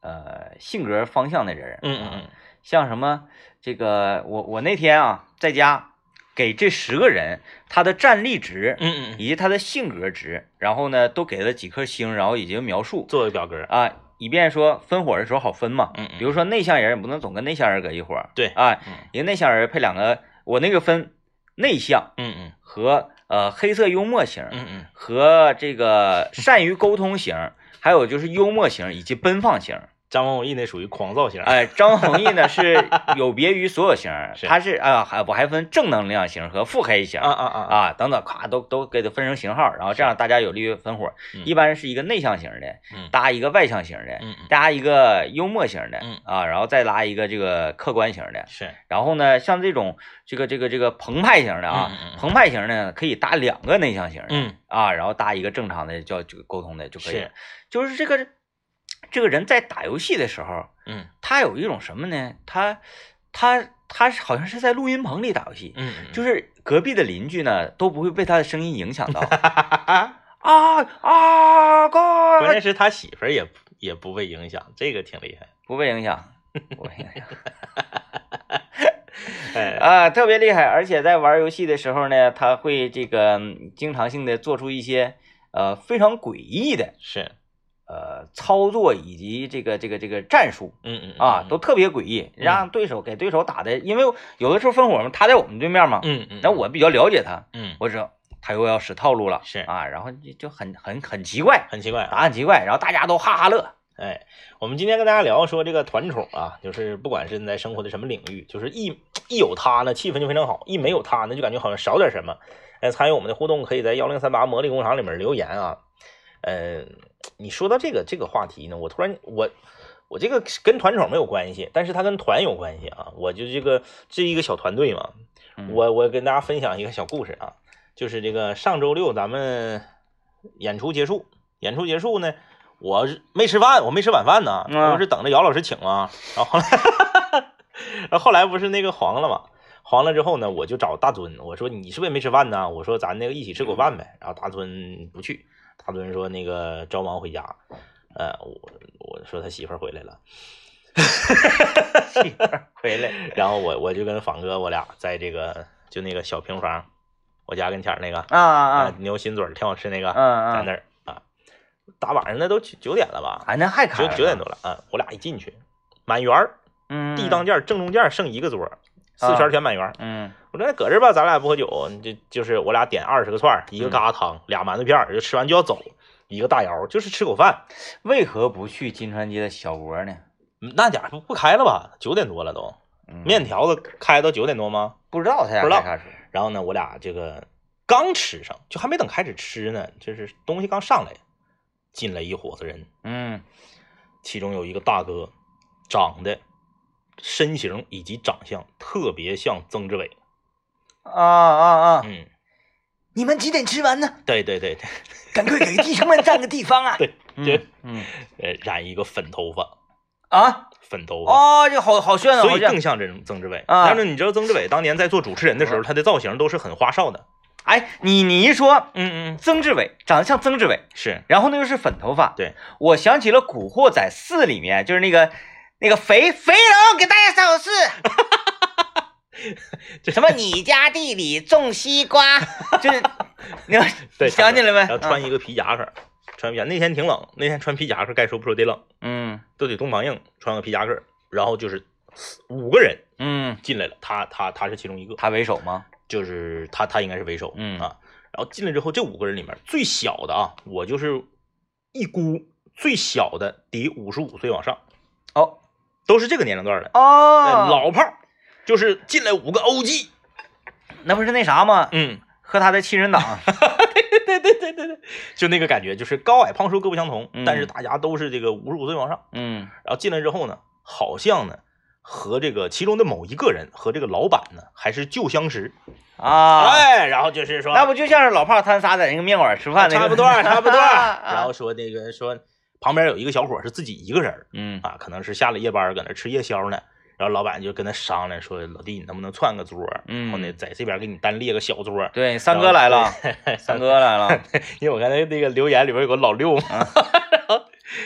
Speaker 1: 呃性格方向的人，啊
Speaker 2: 嗯嗯嗯，
Speaker 1: 像什么这个，我我那天啊在家给这十个人他的战力值，
Speaker 2: 嗯嗯嗯，
Speaker 1: 以及他的性格值，然后呢都给了几颗星，然后以及描述
Speaker 2: 做个表格。
Speaker 1: 啊，以便说分伙的时候好分嘛。
Speaker 2: 嗯嗯
Speaker 1: 比如说内向人，你不能总跟内向人搁一伙儿。
Speaker 2: 对
Speaker 1: 啊
Speaker 2: 嗯，
Speaker 1: 一个内向人配两个，我那个分内向
Speaker 2: 嗯嗯
Speaker 1: 和呃黑色幽默型，
Speaker 2: 嗯嗯，
Speaker 1: 和这个善于沟通型，还有就是幽默型以及奔放型。
Speaker 2: 张文宏毅那属于狂躁型，
Speaker 1: 哎，张弘毅呢是有别于所有型儿
Speaker 2: 是，
Speaker 1: 他是啊，还我还分正能量型和腹黑型
Speaker 2: 啊啊啊啊，
Speaker 1: 啊等等，咵都都给它分成型号，然后这样大家有利于分伙。
Speaker 2: 嗯
Speaker 1: 一般是一个内向型的
Speaker 2: 嗯，
Speaker 1: 搭一个外向型的，
Speaker 2: 嗯嗯
Speaker 1: 搭一个幽默型的
Speaker 2: 嗯
Speaker 1: 啊，然后再拉一个这个客观型的。
Speaker 2: 是
Speaker 1: 然后呢，像这种这个这个这个澎湃型的啊
Speaker 2: 嗯嗯嗯，
Speaker 1: 澎湃型呢可以搭两个内向型的
Speaker 2: 嗯
Speaker 1: 啊，然后搭一个正常的叫这个沟通的就可以
Speaker 2: 是
Speaker 1: 了。就是这个这个人在打游戏的时候。
Speaker 2: 嗯
Speaker 1: 他有一种什么呢？他他他是好像是在录音棚里打游戏，
Speaker 2: 嗯嗯，
Speaker 1: 就是是隔壁的邻居呢都不会被他的声音影响
Speaker 2: [LAUGHS]
Speaker 1: 到
Speaker 2: 啊，
Speaker 1: 啊啊哥
Speaker 2: 关键是他媳妇儿也不也不被影响，这个挺厉害，
Speaker 1: 不被影响，不被
Speaker 2: [LAUGHS]
Speaker 1: 影响
Speaker 2: 哎，
Speaker 1: 啊，特别厉害。而且在玩游戏的时候呢，他会这个嗯经常性的做出一些呃非常诡异的
Speaker 2: [LAUGHS] 是，
Speaker 1: 呃操作以及这个这个这个战术。
Speaker 2: 嗯嗯嗯
Speaker 1: 啊，
Speaker 2: 嗯
Speaker 1: 都特别诡异，让对手给对手打的，因为有的时候分伙嘛，他在我们对面嘛，
Speaker 2: 嗯嗯，
Speaker 1: 那啊我比较了解他，
Speaker 2: 嗯
Speaker 1: 我知道他又要使套路了，
Speaker 2: 是
Speaker 1: 啊，然后就就很很很奇怪，
Speaker 2: 很奇怪
Speaker 1: 答
Speaker 2: 啊，
Speaker 1: 案奇怪，然后大家都哈哈乐，
Speaker 2: 哎，我们今天跟大家聊说这个团宠啊，就是不管是你在生活的什么领域，就是一一有它呢，气氛就非常好；一没有它呢，就感觉好像少点什么。哎，参与我们的互动，可以在幺零三八魔力工厂里面留言啊。呃，你说到这个这个话题呢，我突然我我这个跟团宠没有关系，但是它跟团有关系啊。我就这个这一个小团队嘛，
Speaker 1: 嗯
Speaker 2: 我我跟大家分享一个小故事啊，就是这个上周六咱们演出结束，演出结束呢，我是没吃饭，我没吃晚饭呢，
Speaker 1: 嗯
Speaker 2: 我是等着姚老师请嘛，然后后来， [LAUGHS] 然后后来不是那个黄了嘛，黄了之后呢，我就找大尊，我说你是不是也没吃饭呢？我说咱那个一起吃口饭呗，然后大尊不去，大尊说那个着忙回家，呃，我我说他媳妇儿回来了。
Speaker 1: 回来
Speaker 2: 然后我我就跟房哥我俩在这个就那个小平房，我家跟前儿那个
Speaker 1: [LAUGHS] 啊
Speaker 2: 啊
Speaker 1: 啊，
Speaker 2: 牛心嘴儿挺好吃那个，在
Speaker 1: 嗯
Speaker 2: 那
Speaker 1: 嗯，
Speaker 2: 儿啊，大晚上那都九九点了吧，
Speaker 1: 啊，那还开
Speaker 2: 九
Speaker 1: 了
Speaker 2: 九点，多了啊，我俩一进去满员儿，
Speaker 1: 嗯，
Speaker 2: 地当，间儿正中间儿剩一个桌儿，四圈儿全满员儿。
Speaker 1: 嗯
Speaker 2: 我说那搁这儿吧，咱俩不喝酒，就就是我俩点二十个串儿，一个疙瘩汤，俩馒头片儿，就吃完就要走，一个大窑就是吃口饭。
Speaker 1: 为何不去金川街的小窝呢？
Speaker 2: 嗯那家伙不开了吧？九点多了都，
Speaker 1: 嗯
Speaker 2: 面条子开到九点多吗？
Speaker 1: 不知道他家
Speaker 2: 不知道
Speaker 1: 开啥时候
Speaker 2: 然后呢，我俩这个刚吃上，就还没等开始吃呢，就是东西刚上来，进来一伙子人，
Speaker 1: 嗯
Speaker 2: 其中有一个大哥，长得、身形以及长相特别像曾志伟。
Speaker 1: 啊啊啊，
Speaker 2: 嗯，
Speaker 1: 你们几点吃完呢？
Speaker 2: 对对对对，
Speaker 1: 赶快给弟兄们占个地方啊！
Speaker 2: 对对
Speaker 1: 嗯嗯
Speaker 2: 呃，染一个粉头发，
Speaker 1: 啊，
Speaker 2: 粉头发。
Speaker 1: 哦，这好好炫啊，
Speaker 2: 所
Speaker 1: 好
Speaker 2: 以
Speaker 1: 炫
Speaker 2: 更！像曾曾志伟，
Speaker 1: 啊嗯
Speaker 2: 但是你知道曾志伟当年在做主持人的时候，他的造型都是很花哨的。
Speaker 1: 哎，你你一说
Speaker 2: 嗯嗯，
Speaker 1: 曾志伟长得像曾志伟，
Speaker 2: 是
Speaker 1: 然后呢又是粉头发，
Speaker 2: 对，
Speaker 1: 我想起了《古惑仔四》里面就是那个那个肥肥龙给大家扫视
Speaker 2: [LAUGHS] 这，
Speaker 1: 什么你家地里种西
Speaker 2: [LAUGHS]
Speaker 1: 瓜，就是你要
Speaker 2: 对，
Speaker 1: 想起来没？
Speaker 2: 然后穿一个皮夹克，穿皮夹。那天挺冷，那天穿皮夹克，该说不说得冷。
Speaker 1: 嗯
Speaker 2: 都得东方硬，穿个皮夹克，然后就是五个人
Speaker 1: 嗯，
Speaker 2: 进来了，他他他是其中一个，
Speaker 1: 他为首吗？
Speaker 2: 就是他他应该是为首，
Speaker 1: 嗯
Speaker 2: 啊，然后进来之后，这五个人里面最小的啊，我就是一估最小的得五十五岁往上，
Speaker 1: 哦
Speaker 2: 都是这个年龄段的，哎
Speaker 1: 哦，
Speaker 2: 老炮儿，就是进来五个 OG，
Speaker 1: 那不是那啥吗？
Speaker 2: 嗯，
Speaker 1: 和他的七
Speaker 2: [LAUGHS]
Speaker 1: 人党，
Speaker 2: 对对对对对，就那个感觉，就是高矮胖瘦各不相同，
Speaker 1: 嗯
Speaker 2: 但是大家都是这个五十五岁往上，
Speaker 1: 嗯
Speaker 2: 然后进来之后呢，好像呢和这个其中的某一个人和这个老板呢还是旧相识，
Speaker 1: 啊，
Speaker 2: 哎，然后就是说
Speaker 1: 那不就像是老炮儿他仨在那个面馆吃饭那个 [LAUGHS]
Speaker 2: 差不多儿，差不多儿，
Speaker 1: 啊
Speaker 2: 然后说那个说旁边有一个小伙儿是自己一个人儿
Speaker 1: 嗯
Speaker 2: 啊，可能是下了夜班儿搁那吃夜宵呢，然后老板就跟他商量说老弟你能不能串个桌儿，
Speaker 1: 嗯
Speaker 2: 然后呢在这边给你单列个小桌儿， [LAUGHS]
Speaker 1: 对，三哥来了， [LAUGHS] 三
Speaker 2: 三
Speaker 1: 哥来
Speaker 2: [LAUGHS]
Speaker 1: 了，
Speaker 2: 因为我刚才那个留言里边有个老六嘛， [LAUGHS] 然
Speaker 1: 嗯
Speaker 2: 后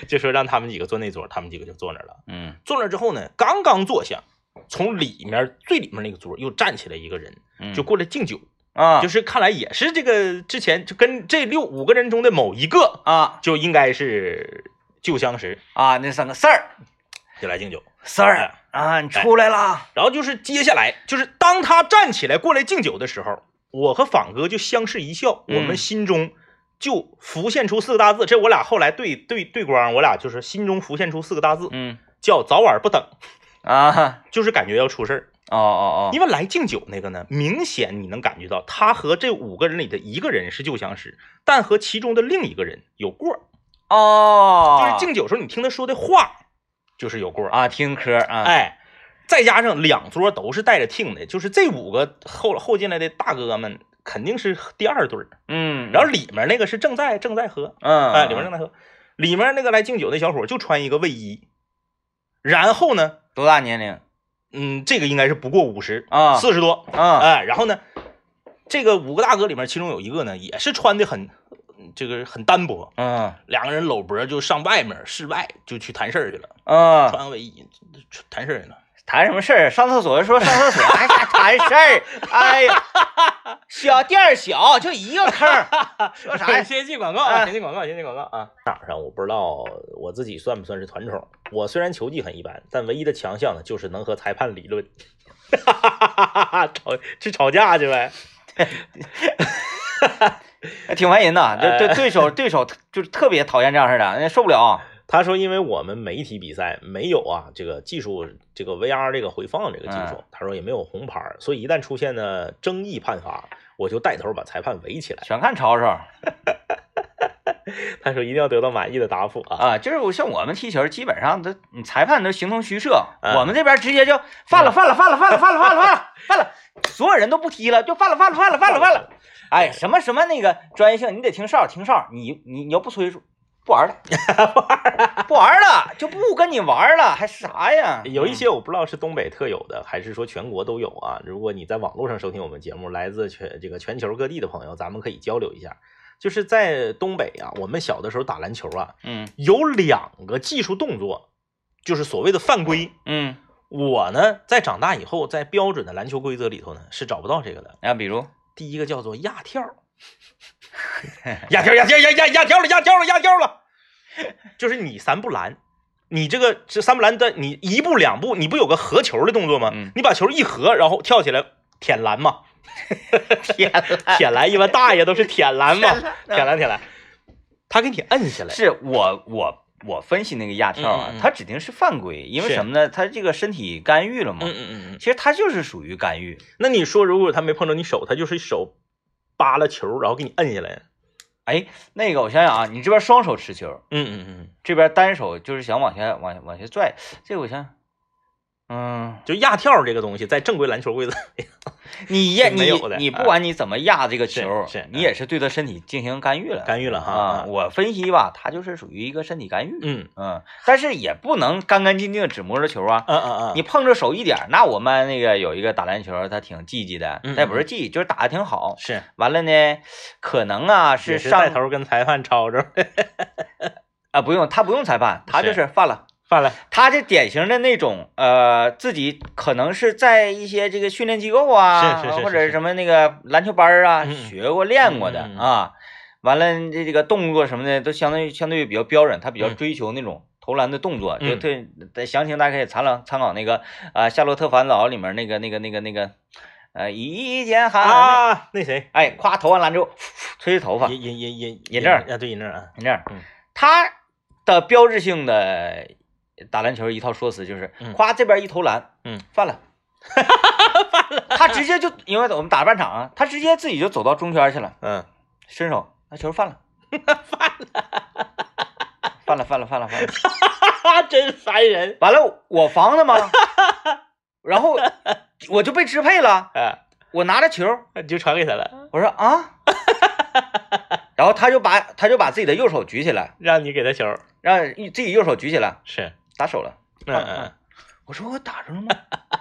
Speaker 2: 就说让他们几个坐那桌，他们几个就坐那儿了。
Speaker 1: 嗯
Speaker 2: 坐那儿之后呢，刚刚坐下，从里面最里面那个桌又站起来一个人，
Speaker 1: 嗯，
Speaker 2: 就过来敬酒，
Speaker 1: 啊
Speaker 2: 就是看来也是这个之前就跟这六五个人中的某一个，
Speaker 1: 啊
Speaker 2: 就应该是旧相识，
Speaker 1: 啊，那三个四儿
Speaker 2: 就来敬酒。
Speaker 1: 四儿
Speaker 2: 哎
Speaker 1: 啊，你出来啦，
Speaker 2: 然后就是接下来就是当他站起来过来敬酒的时候，我和仿哥就相视一笑，
Speaker 1: 嗯
Speaker 2: 我们心中就浮现出四个大字，这我俩后来对对对光，我俩就是心中浮现出四个大字，
Speaker 1: 嗯
Speaker 2: 叫早晚不等，
Speaker 1: 啊，
Speaker 2: 就是感觉要出事儿。
Speaker 1: 哦哦哦，
Speaker 2: 因为来敬酒那个呢，明显你能感觉到他和这五个人里的一个人是旧相识，但和其中的另一个人有过儿。就
Speaker 1: 哦，
Speaker 2: 是敬酒时候你听他说的话，就是有过儿。
Speaker 1: 啊，听歌啊，
Speaker 2: 哎，再加上两桌都是带着听的，就是这五个后后进来的大哥们肯定是第二对儿，
Speaker 1: 嗯，
Speaker 2: 然后里面那个是正在正在喝，
Speaker 1: 嗯，
Speaker 2: 哎，里面正在喝，里面那个来敬酒那小伙就穿一个卫衣，然后呢，
Speaker 1: 多大年龄
Speaker 2: 嗯，这个应该是不过五十
Speaker 1: 啊
Speaker 2: 四十多，
Speaker 1: 啊？
Speaker 2: 哎，然后呢，这个五个大哥里面其中有一个呢也是穿的很这个很单薄，
Speaker 1: 嗯
Speaker 2: 两个人搂脖就上外面室外就去谈事儿去了，
Speaker 1: 嗯，
Speaker 2: 穿卫衣谈事儿去了。
Speaker 1: 谈什么事儿？上厕所就说上厕所，还还谈事儿？哎呀，小店儿小，就一个坑儿，
Speaker 2: [LAUGHS]
Speaker 1: 说啥呀？
Speaker 2: 哎先进广告
Speaker 1: 啊
Speaker 2: 先进广告，先进广告啊！哎场上我不知道我自己算不算是团宠。我虽然球技很一般，但唯一的强项呢，就是能和裁判理论。 [LAUGHS] 哈哈哈哈哈！吵去吵架去呗。
Speaker 1: 挺烦人的，这对对手对手就是特别讨厌这样式的，受不了。
Speaker 2: 他说，因为我们媒体比赛没有啊，这个技术，这个 VR 这个回放这个技术，他说也没有红牌儿，所以一旦出现呢争议判罚，我就带头把裁判围起来。 [LAUGHS]
Speaker 1: 全看吵吵
Speaker 2: 他说一定要得到满意的答复啊。
Speaker 1: 啊！就是我像我们踢球，基本上都你裁判都形同虚设，
Speaker 2: 嗯
Speaker 1: 我们这边直接就犯了犯了犯了犯了犯了犯了犯了犯了，所有人都不踢了，就犯了犯了犯了犯了犯了。哎，什么什么那个专业性，你得听哨听哨，你你你要不催促，不玩了，不玩了，就不跟你玩了，还啥呀？
Speaker 2: 有一些我不知道是东北特有的，还是说全国都有啊。如果你在网络上收听我们节目，来自全这个全球各地的朋友，咱们可以交流一下。就是在东北啊，我们小的时候打篮球啊，
Speaker 1: 嗯
Speaker 2: 有两个技术动作，就是所谓的犯规。
Speaker 1: 嗯，
Speaker 2: 我呢，在长大以后，在标准的篮球规则里头呢，是找不到这个的。
Speaker 1: 那比如
Speaker 2: 第一个叫做压跳，
Speaker 1: [LAUGHS]
Speaker 2: 压跳压跳压压压跳了压跳了压跳了，就是你三步拦，你这个这三步拦的你一步两步，你不有个合球的动作吗？
Speaker 1: 嗯
Speaker 2: 你把球一合，然后跳起来舔篮嘛，
Speaker 1: 天了，
Speaker 2: 舔篮一般大爷都是哎舔篮嘛，舔篮舔篮，他给你摁下来，
Speaker 1: 是我我我分析那个压跳啊，
Speaker 2: 嗯嗯嗯
Speaker 1: 它指定是犯规，因为
Speaker 2: 是
Speaker 1: 什么呢？它这个身体干预了嘛。
Speaker 2: 嗯嗯嗯，
Speaker 1: 其实它就是属于干预。
Speaker 2: 那你说如果他没碰着你手，他就是手扒拉球，然后给你摁下来，
Speaker 1: 哎，那个我想想啊，你这边双手持球，
Speaker 2: 嗯嗯嗯，
Speaker 1: 这边单手就是想往下往往下拽，这个我想想，嗯，
Speaker 2: 就压跳这个东西在正规篮球规则 [LAUGHS]
Speaker 1: 你压
Speaker 2: 是
Speaker 1: 你
Speaker 2: 没有的
Speaker 1: 你不管你怎么压这个
Speaker 2: 是
Speaker 1: 球，
Speaker 2: 是嗯
Speaker 1: 你也是对他身体进行干预了。
Speaker 2: 干预了哈，
Speaker 1: 啊，
Speaker 2: 啊
Speaker 1: 我分析吧，他就是属于一个身体干预，
Speaker 2: 嗯
Speaker 1: 嗯，但是也不能干干净净只摸着球啊，
Speaker 2: 嗯嗯嗯，
Speaker 1: 你碰着手一点儿，那我们那个有一个打篮球，他挺积极的
Speaker 2: 嗯，
Speaker 1: 但不是积极，就是打的挺好。
Speaker 2: 是。
Speaker 1: 完了呢，可能啊
Speaker 2: 也
Speaker 1: 是
Speaker 2: 是
Speaker 1: 上
Speaker 2: 带头跟裁判吵吵，
Speaker 1: 啊不用他不用裁判，他就是是犯了。
Speaker 2: 犯了，
Speaker 1: 他这典型的那种，呃，自己可能是在一些这个训练机构啊，
Speaker 2: 是是是是
Speaker 1: 或者什么那个篮球班儿啊、
Speaker 2: 嗯
Speaker 1: 学过、练过的
Speaker 2: 嗯嗯嗯
Speaker 1: 啊。完了，这这个动作什么的都相当于相对于比较标准，他比较
Speaker 2: 嗯
Speaker 1: 追求那种投篮的动作，
Speaker 2: 嗯
Speaker 1: 就对。对详情大家可以参考参考那个啊，夏洛特烦恼》里面那个那个那个那个，呃，一剑寒，
Speaker 2: 啊，那谁，
Speaker 1: 哎，夸投完篮之后，吹吹头发，
Speaker 2: 尹尹尹尹
Speaker 1: 尹正
Speaker 2: 啊，对尹正啊，
Speaker 1: 你这样
Speaker 2: 嗯，
Speaker 1: 他的标志性的打篮球一套说辞就是
Speaker 2: 嗯，
Speaker 1: 夸这边一投篮，
Speaker 2: 嗯，
Speaker 1: 犯
Speaker 2: [LAUGHS]
Speaker 1: 了，犯了，他直接就因为我们打半场啊，他直接自己就走到中圈去了，
Speaker 2: 嗯，
Speaker 1: 伸手那球
Speaker 2: [LAUGHS]
Speaker 1: 犯了，犯了，犯了，犯了，犯了，犯了，
Speaker 2: 哈，真烦人，
Speaker 1: 完了我防
Speaker 2: [LAUGHS]
Speaker 1: 的嘛，然后我就被支配了，
Speaker 2: 啊，
Speaker 1: 我拿着球，
Speaker 2: 你就传给他了，
Speaker 1: 我说
Speaker 2: [LAUGHS]
Speaker 1: 啊，然后他就把他就把自己的右手举起来，
Speaker 2: 让你给他球，
Speaker 1: 让自己右手举起来
Speaker 2: 是，
Speaker 1: 打手了。
Speaker 2: 嗯嗯，
Speaker 1: 我说我打着了吗？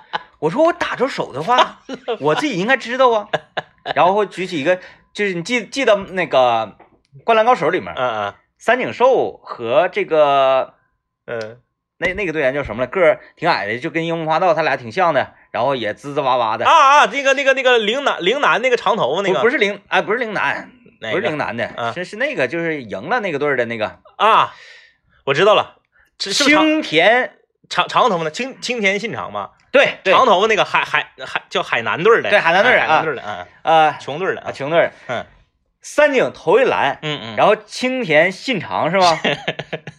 Speaker 1: [LAUGHS] 我说我打着手的话，我自己应该知道啊。 [LAUGHS] 然后会举起一个，就是你记记得那个《灌篮高手》里面，
Speaker 2: 嗯
Speaker 1: 三井寿和这个
Speaker 2: 嗯
Speaker 1: 那那个队员叫什么来，个儿挺矮的，就跟樱木花道他俩挺像的，然后也滋滋哇哇
Speaker 2: 嗯，
Speaker 1: 的。
Speaker 2: 啊啊，那个那个那个陵南陵南那个长头发那
Speaker 1: 不
Speaker 2: 个，
Speaker 1: 不
Speaker 2: 是
Speaker 1: 是陵哎，不是陵南，
Speaker 2: 哪
Speaker 1: 不是陵
Speaker 2: 个
Speaker 1: 南的
Speaker 2: 啊，
Speaker 1: 是是那个就是赢了那个队儿的那个
Speaker 2: 啊，我知道了，是是不是长
Speaker 1: 青田，
Speaker 2: 长长头发的青青田信长嘛，
Speaker 1: 对对，
Speaker 2: 长头发那个海海海叫海南队儿的，
Speaker 1: 对海南队儿
Speaker 2: 哎海
Speaker 1: 啊
Speaker 2: 南队儿的，嗯，
Speaker 1: 呃
Speaker 2: 穷队儿的
Speaker 1: 啊
Speaker 2: 啊，
Speaker 1: 琼队儿，
Speaker 2: 嗯，
Speaker 1: 三井投一篮，
Speaker 2: 嗯嗯，
Speaker 1: 然后青田信长是吗？
Speaker 2: [LAUGHS]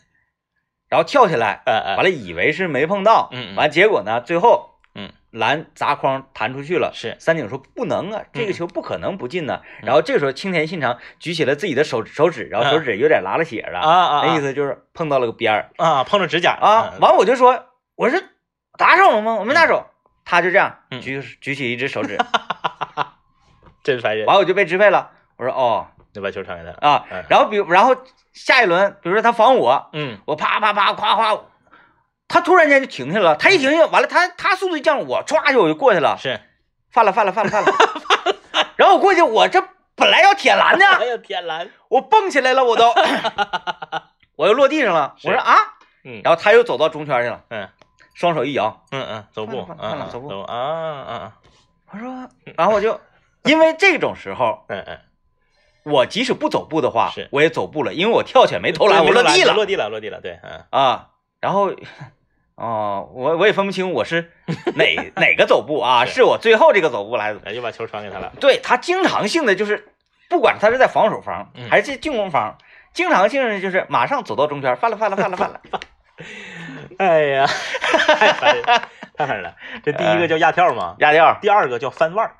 Speaker 1: 然后跳起来，
Speaker 2: 嗯嗯，
Speaker 1: 完了以为是没碰到，
Speaker 2: 嗯嗯
Speaker 1: 完结果呢，最后
Speaker 2: 嗯
Speaker 1: 篮砸框弹出去了。
Speaker 2: 是
Speaker 1: 三井说不能啊，这个
Speaker 2: 嗯
Speaker 1: 球不可能不进呢、
Speaker 2: 嗯
Speaker 1: 然后这时候青田信长举起了自己的手手指，然后手指有点拉了血了，
Speaker 2: 啊啊，
Speaker 1: 那意
Speaker 2: 思
Speaker 1: 思就是碰到了个边儿
Speaker 2: 啊，碰着指甲了
Speaker 1: 啊。，完我就说我是打手了吗？我没打手，他就这样
Speaker 2: 嗯
Speaker 1: 举举起一只手指， [LAUGHS]
Speaker 2: 嗯真烦人，
Speaker 1: 完我就被支配了。我说哦
Speaker 2: 就把球传给他了。
Speaker 1: 啊
Speaker 2: 嗯，
Speaker 1: 然后比如然后下一轮，比如说他防我，
Speaker 2: 嗯
Speaker 1: 我啪啪啪夸夸，他突然间就停下了，他一停下，完了他他速度一降，我唰一下我就过去了，
Speaker 2: 是，
Speaker 1: 犯了犯了犯了犯了，然后我过去，我这本来要铁栏
Speaker 2: 哎
Speaker 1: 的，
Speaker 2: 呀天蓝，
Speaker 1: 我蹦起来了，我
Speaker 2: [LAUGHS]
Speaker 1: 都，我又落地上了，
Speaker 2: 是
Speaker 1: 我说啊，
Speaker 2: 嗯
Speaker 1: 然后他又走到中圈去了，
Speaker 2: 嗯
Speaker 1: 双手一摇，
Speaker 2: 嗯嗯，走步，
Speaker 1: 看了看了
Speaker 2: 嗯
Speaker 1: 走步
Speaker 2: 走啊啊，
Speaker 1: 我说，然后我就，因为这种时候，
Speaker 2: 嗯嗯，
Speaker 1: 我即使不走步的话
Speaker 2: 是，
Speaker 1: 我也走步了，因为我跳起来没投篮，我
Speaker 2: 没
Speaker 1: 落
Speaker 2: 投
Speaker 1: 地
Speaker 2: 就
Speaker 1: 了，
Speaker 2: 落地了，落地了，对，嗯
Speaker 1: 啊，然后，哦，我我也分不清我是哪
Speaker 2: [LAUGHS]
Speaker 1: 哪个走步啊，
Speaker 2: 是
Speaker 1: 是我最后这个走步来的。
Speaker 2: 哎然后就把球传给他了，
Speaker 1: 对他经常性的就是，不管他是在防守方
Speaker 2: 嗯
Speaker 1: 还是在进攻方，经常性的就是马上走到中圈，犯了犯了犯了犯 [LAUGHS] 了。
Speaker 2: 哎呀，太烦人，太烦人了。 [LAUGHS] 哎这第一个叫压跳嘛，
Speaker 1: 压调
Speaker 2: 第二个叫翻腕儿。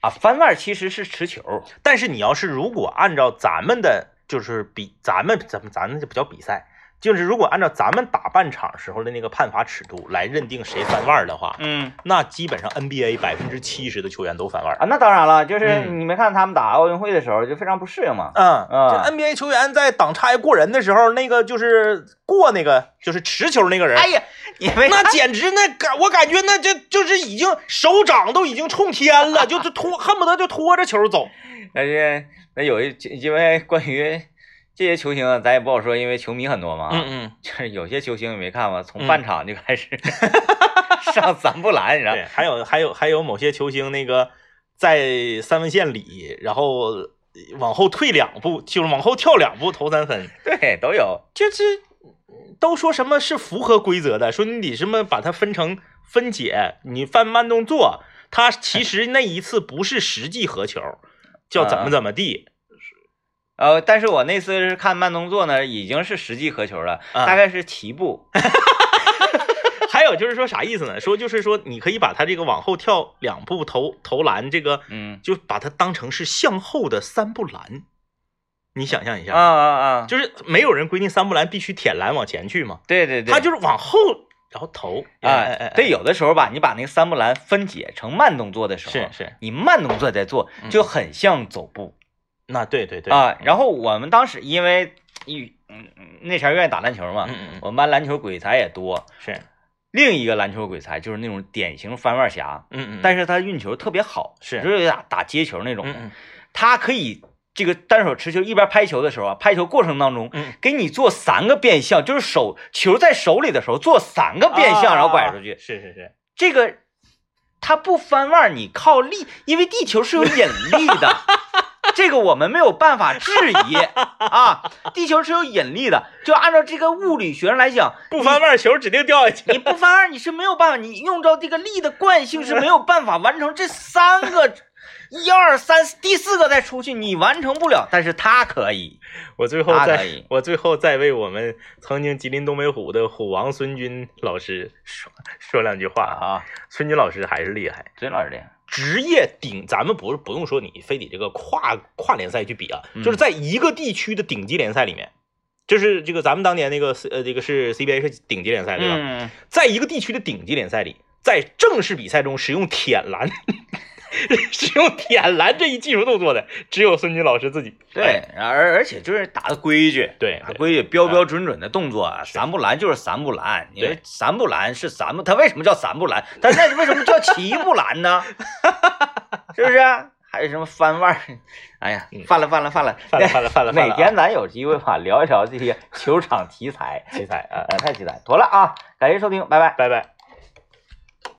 Speaker 1: 啊，翻腕其实是持球，
Speaker 2: 但是你要是如果按照咱们的，就是比咱们咱们咱们这不叫比赛，就是如果按照咱们打半场时候的那个判罚尺度来认定谁翻腕儿的话，
Speaker 1: 嗯
Speaker 2: 那基本上 NBA 百分之七十的球员都翻腕儿。
Speaker 1: 啊，那当然了，就是
Speaker 2: 嗯
Speaker 1: 你没看他们打奥运会的时候就非常不适应嘛。
Speaker 2: 嗯，
Speaker 1: 啊
Speaker 2: 这 NBA 球员在挡拆过人的时候，那个就是过那个就是持球那个人，
Speaker 1: 哎呀，你没
Speaker 2: 那简直那感我感觉那这就是已经手掌都已经冲天了，就是拖恨不得就拖着球走。
Speaker 1: 但是那有一因为关于这些球星啊，咱也不好说，因为球迷很多嘛。
Speaker 2: 嗯，
Speaker 1: 就是有些球星你没看吗？从
Speaker 2: 嗯
Speaker 1: 半场就开始、 [LAUGHS] 上三步篮，你知道
Speaker 2: 对，还有还有还有某些球星那个在三分线里，然后呃往后退两步，就是往后跳两步投三分，
Speaker 1: 对，都有。
Speaker 2: 就是都说什么是符合规则的，说你得什么把它分成分解，你放慢动作，它其实那一次不是实际合球，叫怎么怎么地，
Speaker 1: 啊呃，但是我那次是看慢动作呢，已经是实际合球了，
Speaker 2: 啊哎
Speaker 1: 大概是齐步。
Speaker 2: 还有就是说啥意思呢？说就是说，你可以把他这个往后跳两步投投篮，这个
Speaker 1: 嗯，
Speaker 2: 就把它当成是向后的三步篮。你想象一
Speaker 1: 啊
Speaker 2: 下，
Speaker 1: 啊啊，
Speaker 2: 就是没有人规定三步篮必须舔篮往前去嘛，
Speaker 1: 对对对，
Speaker 2: 他就是往后然后投。哎哎
Speaker 1: 啊，对，
Speaker 2: 哎
Speaker 1: 有的时候吧，你把那个三步篮分解成慢动作的时候，
Speaker 2: 是是，
Speaker 1: 你慢动作在做，就很像走步、
Speaker 2: 那对对对
Speaker 1: 啊。然
Speaker 2: 后
Speaker 1: 后我们当时因为一嗯嗯那前儿愿意打篮球嘛，
Speaker 2: 嗯嗯嗯
Speaker 1: 我们班篮球鬼才也多。
Speaker 2: 是
Speaker 1: 另一个篮球鬼才就是那种典型翻腕侠，
Speaker 2: 嗯嗯，
Speaker 1: 但
Speaker 2: 是
Speaker 1: 是他运球特别好，
Speaker 2: 是
Speaker 1: 就是打打接球那种的。
Speaker 2: 嗯嗯
Speaker 1: 他可以这个单手持球，一边拍球的时候啊，拍球过程当中，
Speaker 2: 嗯
Speaker 1: 给你做三个变向，就是手球在手里的时候做三个变向，
Speaker 2: 啊
Speaker 1: 然后拐出去。
Speaker 2: 是是是，
Speaker 1: 这个他不翻腕儿，你靠力，因为地球是有引力
Speaker 2: [LAUGHS]
Speaker 1: 的，这个我们没有办法质疑啊，地球是有引力的，就按照这个物理学上来讲，
Speaker 2: 不翻腕球指定掉 [LAUGHS] 下去。
Speaker 1: 你不翻二，你是没有办法，你用着这个力的惯性是没有办法完成这三个，一二三，第四个再出去，你完成不了，但是他可以。
Speaker 2: 我最后
Speaker 1: 那可
Speaker 2: 再
Speaker 1: 以
Speaker 2: 我最后再为我们曾经吉林东北虎的虎王孙军老师说说两句话啊。
Speaker 1: 啊，
Speaker 2: 孙军老师还是厉害，
Speaker 1: 孙老师的，
Speaker 2: 职业顶，咱们不是不用说你非得这个跨跨联赛去比啊，
Speaker 1: 嗯
Speaker 2: 就是在一个地区的顶级联赛里面，就是这个咱们当年那个 C- 呃这个是 CBA 是顶级联赛对吧？
Speaker 1: 嗯，
Speaker 2: 在一个地区的顶级联赛里，在正式比赛中使用舔篮， [LAUGHS] 使用舔篮这一技术动作的只有孙军老师自己。哎
Speaker 1: 对，而而且就是打的规矩。
Speaker 2: 对
Speaker 1: 打
Speaker 2: 对，
Speaker 1: 规矩标标准准的动作啊，三步篮就是三步篮，你说
Speaker 2: 对
Speaker 1: 三步篮是三步，他为什么叫三步篮？他那为什 [LAUGHS] 么叫齐步篮呢？是不是啊、还有什么翻腕儿？哎呀
Speaker 2: 嗯，
Speaker 1: 犯了犯了犯了
Speaker 2: 犯了犯了
Speaker 1: [LAUGHS]
Speaker 2: 犯了
Speaker 1: 哪
Speaker 2: 犯了啊！
Speaker 1: 天咱有机会吧，聊一聊这些球场题材，呃
Speaker 2: 奇才啊，
Speaker 1: 呃，太题材多了啊！感谢收听，拜拜。
Speaker 2: 拜拜。